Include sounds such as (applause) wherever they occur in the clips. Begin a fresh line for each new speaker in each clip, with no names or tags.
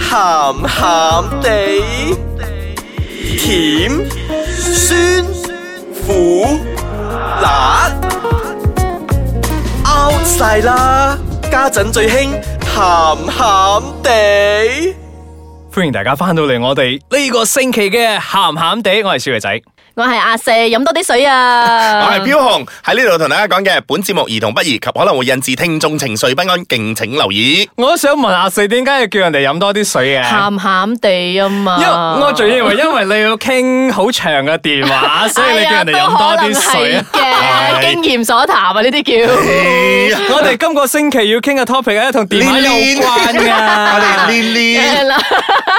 鹹鹹地，甜酸苦辣 out 晒啦！家陣最興鹹鹹地。
歡迎大家翻到嚟我哋呢個星期嘅鹹鹹地，我係小肥仔。
我係阿四，飲多啲水啊！
我係飄紅喺呢度同大家講嘅，本節目兒童不宜及可能會引致聽眾情緒不安，敬請留意。
我都想問阿四，點解要叫人哋飲多啲水嘅？
鹹鹹地啊嘛，
因為我仲以為因為你要傾好長嘅電
(laughs)
話，所以
啊
你叫人哋飲多啲水啊。
哎呀都可能係嘅，經驗所談啊，呢啲叫。哎
(laughs) 我哋今個星期要傾嘅 topic 咧，同電話有關
(laughs)
我哋
噶，
練練
啦，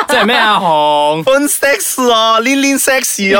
即係咩啊？紅
fun sex 啊，練練 sex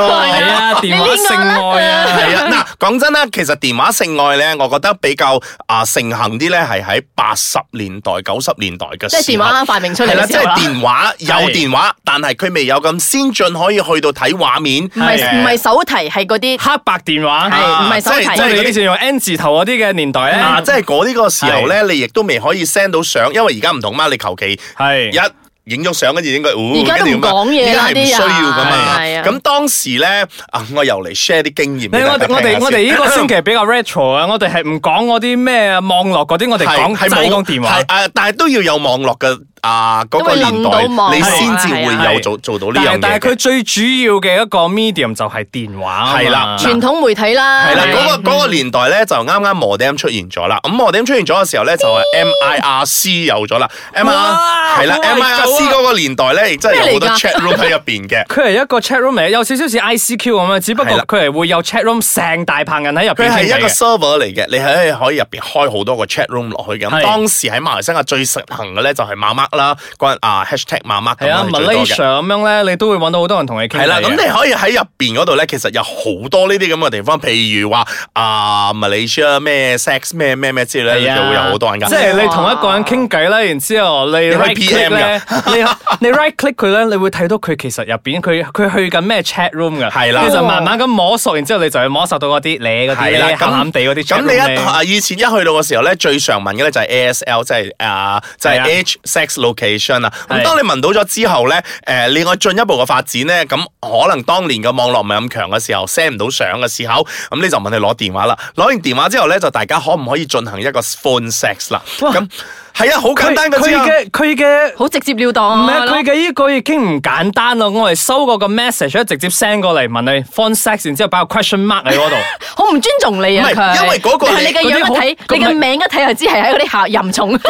(laughs) 哎
係
啊。
啊，電話性愛啊，
係啊，嗱，講真啦，其實電話性愛咧，我覺得比較啊盛行啲咧，係喺八十年代、九十年代嘅時
即
候。
係電話啱發明出嚟
係啦，
嘅
即
時候
係
啦，
電話有
係
電話，但係佢未有咁先進，可以去到睇畫面。
唔係唔係手提，係嗰啲
黑白電話，
係唔係手
即係
啊即
即
係
係
提。
你以前用 N 字頭嗰啲嘅年代
啊，
咧，
即係嗰啲個時候咧，你亦都未可以 send 到相，因為而家唔同嘛，你求其
係
一影咗相，跟住應該，哦
而家都唔講嘢啦
跟住咁啊而家係唔需要噶
啲
嘛。
人係啊
咁當時咧，啊，我又嚟 share 啲經驗
你
俾
我
大家
哋我
聽下
哋我哋
先
呢
(coughs)
個星期比較 retro 啊，我哋係唔講嗰啲咩網絡嗰啲，我哋講
係係
齋講
冇
電話
係。啊，但係都要有網絡嘅啊嗰個
因為
年
諗到
代，
網
你
絡
先至
係啊
會有做做到呢
但
樣
係
嘢
但係佢
嘅。
最主要嘅一個 medium 就係電話啊嘛。
係啦
傳統媒體
啊
啦，
係啦，
係
嗰個嗰個年代咧就啱啱 modem 出現咗啦。咁 modem 出現咗嘅時候咧，就係 MIRC 有咗啦。M
哇
I 係啦
好懷舊啊
，MIRC 嗰個年代咧，亦真係有好多
咩嚟㗎
chat room 喺入
(laughs)
邊嘅。
佢係一個 chat room 嚟，有少少似 ICQ 咁啊樣，只不過
係啦
佢係會有 chat room 成大棚人喺入
佢
邊
係
傾偈
一個
嘅。
server 嚟嘅，你係可以入邊開好多個 chat room 落去嘅。
係
咁當時喺馬來西亞最盛行嘅咧就係馬乜啦，嗰陣啊 hashtag 馬乜咁
係啊
樣係最多
，Malaysia
嘅。
咁樣咧，你都會揾到好多人同你傾偈嘅。啊
係啦，咁你可以喺入邊嗰度咧，其實有好多呢啲咁嘅地方，譬如話啊 Malaysia 咩 sex 咩咩咩之類咧，
係啊
就會有好多人㗎。
即係你同一個人傾偈啦，然之後你 right click
PM (laughs)
咧，你你 right click 佢咧，你會睇到佢其實入邊佢佢去緊咩 chat room 㗎。
係啦
你就慢慢咁摸索，然之後你就去摸索到嗰啲你嗰啲
係
咧
啦，
鹹鹹地嗰啲 chat
咁
room
你
咧
一啊以前一去到嘅時候咧，最常問嘅咧就係 ASL，即係啊，就
係啊
係 H sex location 啊。
係
咁當你問到咗之後咧，誒，你我進一步嘅發展咧，咁可能當年嘅網絡唔係咁強嘅時候，send 唔到相嘅時候，咁你就問佢攞電話啦。攞完電話之後咧，就大家可唔可以進行一個 phone sex 啦？
哇
咁係啊，好簡單嘅
佢
啫啊。
嘅佢嘅。
好直接了當
唔
啊
哦係，佢嘅呢個已經唔簡單啦！我係收過個 message，直接 send 過嚟問你 phone sex，然之後擺個 question mark 喺嗰度。
好唔尊重你啊！
唔係
佢
因為嗰個
但係你嘅樣
嗰啲好
一睇，你
嗰
嘅
唔係
名一睇就知係喺嗰啲下淫蟲。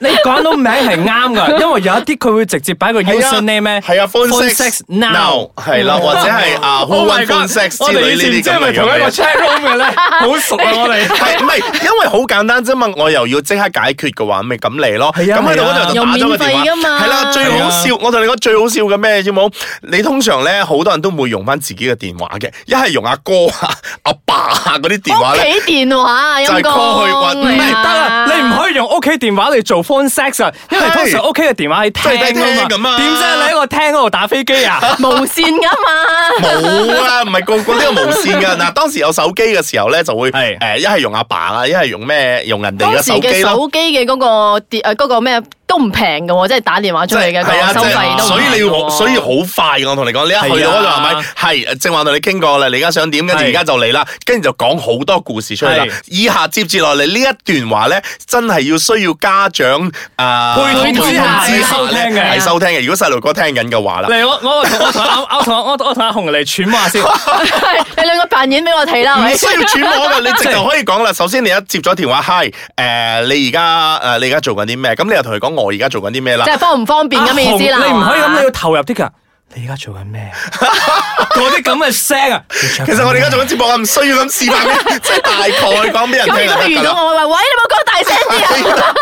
你講到名係啱
(laughs)
噶，因為有一啲佢會直接擺個
係啊
user name 咧，
係啊，phone sex
now。(laughs)
係啦，或者係啊
Oh
who
my
want phone
god！
sex
我
之
哋
類
以前
呢啲
即係
咁
咪
嘅
同一個
樣嘅。
chat room
(laughs)
嘅咧？好熟啊！我哋。
係唔係？因為好簡單啫嘛，我又要即刻解決嘅話，咪咁嚟咯。咁
係啊
喺度
係啊
嗰度就打咗個電話。
有免費㗎嘛
係啦，最好
係啊
笑，我同你講最好笑嘅咩知冇？你通常咧好多人都唔會用翻自己嘅電話嘅，一係用阿哥啊、 (laughs) 阿爸啊嗰啲電話咧。
屋企電話
就
陰
係 call 去搵
公，
唔係
得啦，你唔可以用屋企電話嚟做 phone sex 啊，因為
係
通常屋企嘅電話喺廳
即係喺廳
㗎
㗎
嘛，
嘛
點知你喺個廳嗰度打飛機啊？
(laughs)
無線噶嘛。
冇啊，唔係個個都有無線㗎。嗱，當時有手機嘅時候咧，就會
係
誒一係用阿爸啊，一係用咩用人哋
當
嘅
時
手
嘅
機啦。
手機嘅嗰個電誒嗰個咩都唔平嘅喎，即係打電話出去嘅
係
個
啊，
收費都唔
所以
平
你
嘅
要
喎啊
所以好快嘅，我同你講，你一去到嗰度係咪？係正話同你傾過啦，你而家想點？跟住
係
而家就嚟啦，跟住就講好多故事出嚟啦
係。
以下接住落嚟呢一段話咧，真係要需要家長啊
陪同
之下
收聽嘅
係收聽嘅。如果細路哥聽緊嘅話啦，
嚟我我同我同阿我同我我同阿紅嚟揣摩下先。
係 (laughs) 你兩個扮演俾我睇啦，係
唔
咪
需要揣摩嘅，你直頭可以講啦。首先你一接咗電話，hi，誒你而家誒你而家做緊啲咩？咁你又同佢講我而家做緊啲咩啦
即。係方唔方便咁嘅意思啦。
阿紅
係
你唔
嘛
可以咁，你要投入啲噶。你而家做緊
(laughs)
咩？嗰啲咁嘅聲啊！
其實我哋而家做緊節目啊，唔需要咁示範嘅，即係大概講俾人聽
咁如
就
果
得
佢遇
㗎啦
到。我，喂喂，你冇講大聲啲啊！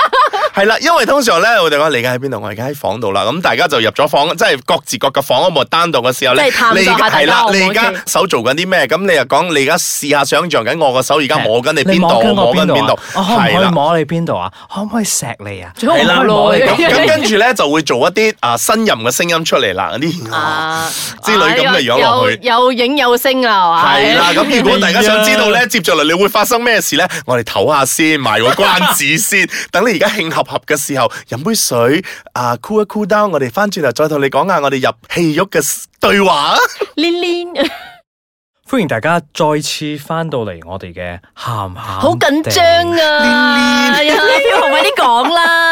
係啦，因為通常咧，我哋講你而家喺邊度，我而家喺房度啦。咁大家就入咗房，即係各自各嘅房嗰幕單獨嘅時候咧，
即係探索
你
下
而
大
家
家
係啦
好唔，好
你而家
先
手做緊啲咩？咁你又講你而家試下想像緊我個手而家摸緊你邊
摸
度，
我
摸緊邊
邊
度
度，啊？我可唔可
係
以
啦。
摸你邊度啊？可唔可以錫你啊？
最好唔好
可唔
咯
可以摸
咁
你
咁跟住咧就會做一啲啊呻吟嘅聲音出嚟啦，嗰啲
啊
之類咁嘅樣落去
有有影有聲啦，係
係
嘛？
啦。咁如果大家想知道咧，接住嚟你會發生咩事咧？我哋唞下先，賣個關子先，等你而家慶合合嘅時候，飲杯水啊，cool 一 cool down，我哋翻轉頭再同你講下我哋入戲肉嘅對話啊！
黏黏，
歡迎大家再次翻到嚟我哋嘅咸咸地，
好緊張啊！係啊，飄紅快啲講啦。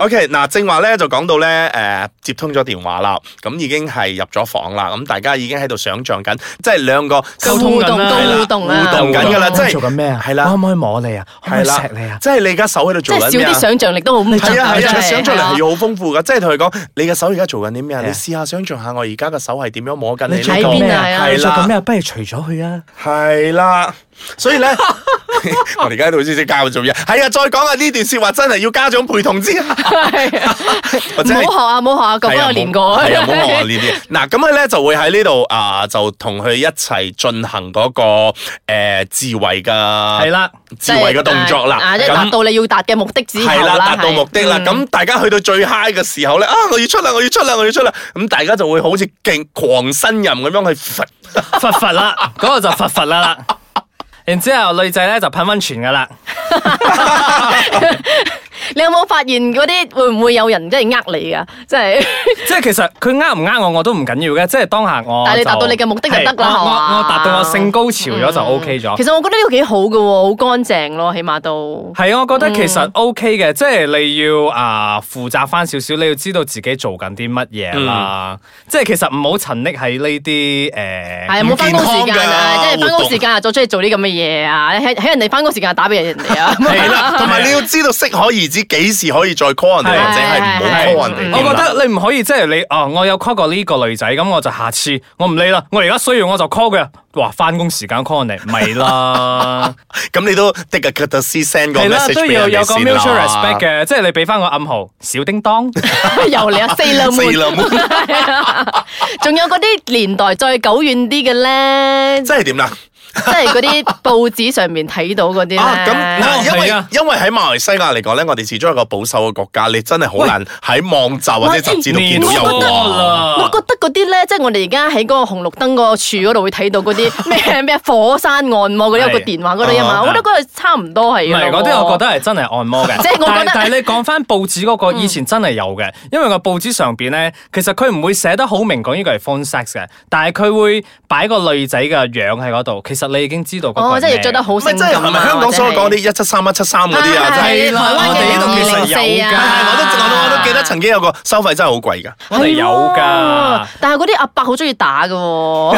OK，嗱，正話咧就講到咧，誒、接通咗電話啦，咁已經係入咗房啦，咁大家已經喺度想像緊，即係兩個
溝通緊啦
高互動啊，
互動緊㗎啦即係
做緊咩啊？
係啦
我可唔可以摸你啊？可唔可以錫你啊？
即係你而家手喺度
即
做
係少
緊咩啊
啲？想像力都好 (laughs) 唔
係啊係啊，想像力係
係啊
要好豐富噶，即係同佢講，你嘅手而家做緊啲咩啊？
係啊
你試下想像下我而家嘅手係點樣摸緊
你
你
做
呢
喺
個
緊
邊
咩
啊
啊？
係
你做
啦
緊咩啊？不如除咗佢啊！
係啦，
(laughs)
所以咧，我哋而家喺度先識教做嘢。係啊，再講下呢段説話真係要家長陪同之
(laughs)
下，
係啊
或者係
唔好學啊，唔好學啊，哥哥
係啊
有練過。
冇係啊，
(laughs)
冇學呢啲。 (laughs) 嗱，咁佢咧就會喺呢度啊，就同佢一齊進行嗰個誒智慧
係
嘅
啦，
智慧嘅動作啦。
啊即係達
咁
到你要達嘅目的之後
係啦，達到
係
目的啦。
嗯
咁大家去到最 high 嘅時候咧，啊，我要出啦，我要出啦，我要出啦。咁大家就會好似勁狂呻吟咁樣去佛
佛佛啦，嗰個就佛佛啦啦。然之後女仔咧就噴温泉噶啦，
你有冇發現嗰啲會唔會有人即係呃你噶？即
(laughs)
係
即係其實佢呃唔呃我我都唔緊要嘅，即係當下我
但係你
就
達到你嘅目的就得啦
係我
係嘛嗯
我我達到我性高潮咗就 OK 咗
其。實我覺得呢個幾好嘅喎，好乾淨咯，起碼都
係啊，我覺得其
嗯
實 O K 嘅，即係你要啊負責翻少少，你要知道自己做緊啲乜嘢啦。即係其實唔好沉溺喺呢啲誒，
嗯
嗯
係啊，冇翻工時間啊，
唔
即
健
係
康㗎
翻工時間啊，再出去做啲咁嘅嘢啊，喺喺人哋翻工時間打俾人哋啊，
(laughs) 係啦，同埋你要知道適可而止，幾時可以再 call 人哋，或者係唔好 call 人哋。嗯
我覺
嗯
得你唔可以即係你哦，我有 call 過呢個女仔，咁我就下次我唔理啦，我而家需要我就 call 佢。哇，翻工時間 call 你，唔係啦，
咁你都的個 courtesy send (laughs) 個
係啦，
message
都
俾
要
人
有
哋
個
先
mutual
啦
respect 嘅，即係你俾翻個暗號小叮當，
(laughs) 又嚟啊，四兩
四
門，
啦，
(laughs)
冇
係啊仲有嗰啲年代再久遠啲嘅咧，
即係點啦？
即係嗰啲報紙上面睇到嗰啲咧。
啊，咁嗱因為
係啊
因為喺馬來西亞嚟講咧，我哋始終係一個保守嘅國家，你真係好難喺網站或者雜誌度見到有
多
喎。
啦
我。覺得嗰啲咧，即係我哋而家喺嗰個紅綠燈嗰個柱嗰度會睇到嗰啲 (laughs) 咩咩火山按摩嗰啲，有個
係
電話嗰度啊
啊
嘛，我覺得嗰個差唔多係
唔係嗰啲，我覺得係真係按摩嘅。
(laughs) 即係我覺得嗯
但但係你講翻報紙嗰個，以前真係有嘅，因為個報紙上邊咧，其實佢唔會寫得好明講呢個係 phone sex 嘅，但係佢會擺個女仔嘅樣喺嗰度，其實你已經知道嗰個係
哦，即係
咩
要着得好
唔係
性
真係
感
係
啊！
咪香港所講
或
啲
者
一七三一七三嗰啲啊？真
啊
係
係啦，
台灣
我
嘅
哋呢度其實有
(laughs)
004
㗎，
啊
我都我都我都記得
啊
曾經有個收費真係好
(laughs)
貴㗎。
我哋有㗎
係喎。但係嗰啲阿伯好中意打㗎
(laughs) 啊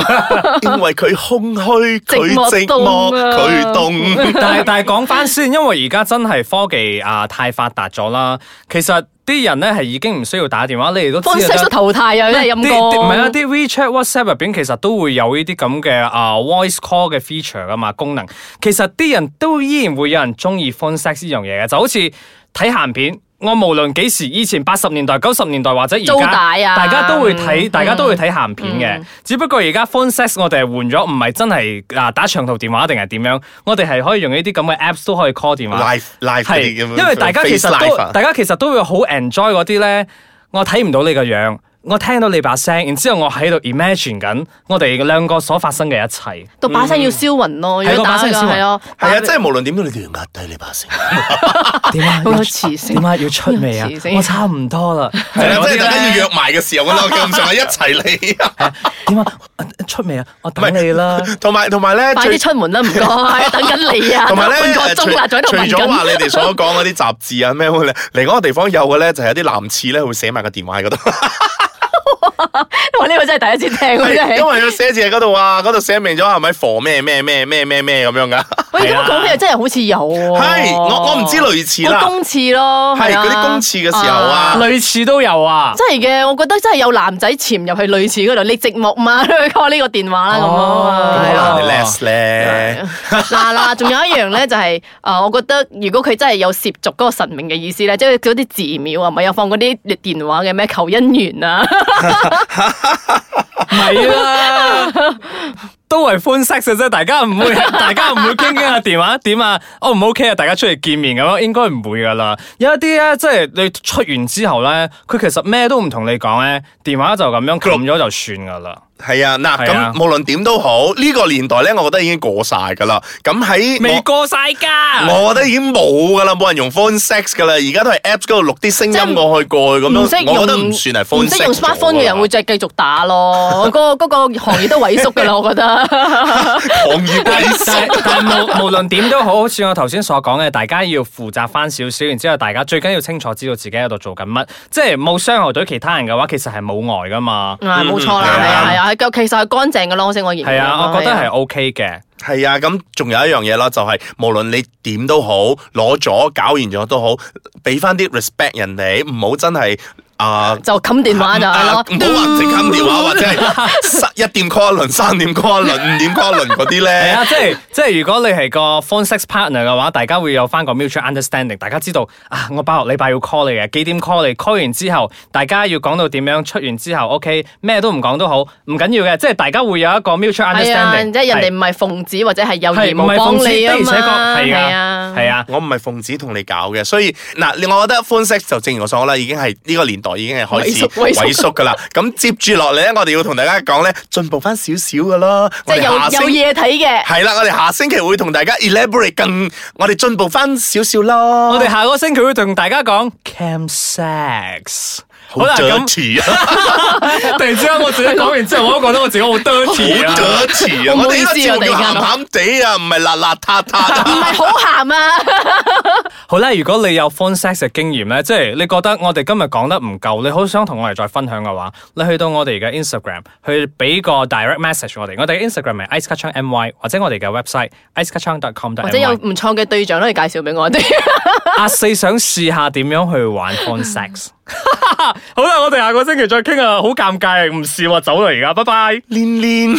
喎，
因為佢空虛，佢
寂寞
寂寞，
凍啊
佢凍。
但係但係講翻先，因為而家真係科技啊太發達咗啦，其實啲人咧係已經唔需要打電話，你哋都
方
知
式
道
都淘汰啊，真係
啲
陰
啲
公。
唔係啊，啲 WeChat、WhatsApp 入邊其實都會有呢啲咁嘅啊 voice call 嘅 feature 噶嘛功能。其實啲人都依然會有人中意 phone sex 呢樣嘢嘅，就好似睇鹹片。我無論幾時，以前八十年代、九十年代或者而
租
家，
帶啊
大家都會睇，
嗯
大家都會睇鹹片嘅。只不過而家 phone sex 我哋係換咗，唔係真係啊打長途電話定係點樣，我哋係可以用呢啲咁嘅 apps 都可以 call 電話。
live live 嗰
係，
啲咁樣
因為大家其實
face live 啊
都大家其實都會好 enjoy 嗰啲咧，我睇唔到你個樣，我聽到你把聲，然之後我喺度 imagine 緊我哋兩個所發生嘅一切。
到把聲
嗯
要消魂咯，
係
如
個
果
把
打
聲
嘅
要消魂
係咯，
係
打
啊，即係無論點都你都要壓低你把聲。
點 (laughs) 啊
好有磁性
點。啊？要出未啊
(laughs) 好有磁？性
我差唔多啦。
係啦，
嗰
即係
啲
大家
呢
要約埋嘅時候，
(laughs)
我諗咁上下一齊嚟。
點啊？出未啊？我等你啦。
同埋同
(laughs)
埋咧，
快
最
啲出門啦，唔
(laughs)
該，等緊你啊，
同埋咧，
半個鐘啦，仲喺度
除除
問
咗
緊。
話你哋所講嗰啲雜誌啊咩咧，另外一個地方有嘅咧，就係有啲男廁咧會寫埋個電話喺嗰度，
我呢個真係第一次聽喎，真
因
(laughs) 係。
為佢寫字喺嗰度啊，嗰度寫明咗係咪 for 咩咩咩咩咩咩咁樣噶。
喂，咁講起又真係好似有喎。
啊係我我唔知類似
我
啦，
哦
哦
公廁咯，
係
啊
嗰啲公廁嘅時候啊
類似都有啊。
真係嘅，我覺得真係有男仔潛入去類似嗰度，你寂寞 (laughs) 嘛？去 call 呢個電話啦咁
哦
可
係啊
咯。
能你 less 咧。
嗱嗱，仲有一樣咧，就係誒，我覺得如果佢真係有涉足嗰個神明嘅意思咧，即係嗰啲寺廟啊，咪有放嗰啲電話嘅咩求姻緣啊，
唔係啊啦，都係 phone sex 嘅啫。大家唔會， (laughs) 大家唔會傾傾下電話點啊？O 唔 OK 啊？大家出嚟見面咁樣，應該唔會噶啦。有一啲咧，即係你出完之後咧，佢其實咩都唔同你講咧，電話就咁樣冚咗就算噶啦。
係啊，嗱，
係啊
咁無論點都好，呢個年代咧，我覺得已經過晒噶啦。咁喺
未
我
過晒
啊
㗎。
我覺得已經冇噶啦，冇人用 phone sex 噶啦，而家都係 apps 嗰度錄啲聲
即係
音過去過去咁
唔識
樣，
用
我覺得唔算係 phone
唔
sex
識用 smartphone 嘅人會再繼續打咯。嗰
(laughs)
個嗰個行業都萎縮㗎啦，我覺得。
狂熱
但
鬼
但但無無論點都好，好似我頭先所講嘅，大家要負責翻少少，然之後大家最緊要清楚知道自己喺度做緊乜，即係冇傷害到其他人嘅話，其實係冇礙噶嘛。
啊，冇錯啦，
嗯
係啊，係啊，係其實係乾淨嘅咯，即係我認為
係啊，我覺得
係
係 OK 嘅。
係啊，咁仲有一樣嘢啦，就係、無論你點都好，攞咗搞完咗都好，俾翻啲 respect 人哋，唔好真係啊。
就冚電話
係
咋。
啦，啊唔好話直冚電話，或者
(laughs)
係一點 call 一輪、三點 call 一輪、五點 call 一輪嗰啲
係
咧
啊，。即係即係，如果你係個 phone sex partner 嘅話，大家會有翻個 mutual understanding，大家知道啊，我八學禮拜要 call 你嘅，幾點 call 你？call 完之後，大家要講到點樣，出完之後，OK，咩都唔講都好，唔緊要嘅，即係大家會有一個 mutual
係啊，
understanding。
即係人哋唔係奉旨或者係有義
係唔
務
係
幫
諷刺
你
的
啊
而且
嘛，
確係啊
啊，，
係啊。
我唔係奉旨同你搞嘅，所以嗱，你我覺得 phone sex 就正如我所講啦，已經係呢個年代已經係開始
萎縮萎縮
萎縮噶啦。咁接住落嚟咧，我哋要同大家講咧，進步翻少少噶啦。
即係
我哋下星
有有嘢睇嘅。
系啦，我哋下星期會同大家 elaborate 更，我哋進步翻少少咯。
我哋下個星期會同大家講 cam sex。好啦，咁
dirty
(laughs)
啊，
突然之間我自己講完之後，我都覺得我自己好 dirty
好
啊！
dirty 啊！
我唔
我
好
哋
意思啊
呢個節目叫
突然間
鹹鹹地啊，唔係邋邋遢遢
唔 (laughs)
啊。
係好鹹
(laughs)
啊！
好啦，如果你有 phone sex 嘅經驗咧，即係你覺得我哋今日講得唔夠，你好想同我哋再分享嘅話，你去到我哋嘅 Instagram 去俾個 direct message 我哋，我哋嘅 Instagram 係 icekachangmy 或者我哋嘅 website icekachang.com.my
或者有唔錯嘅對象都可以介紹俾我哋。
阿四想試下點樣去
(laughs)
玩 phone sex。好啦，我哋下個星期再傾啊，好尷尬啊，唔試喎，走啦而家，拜拜。
黏黏。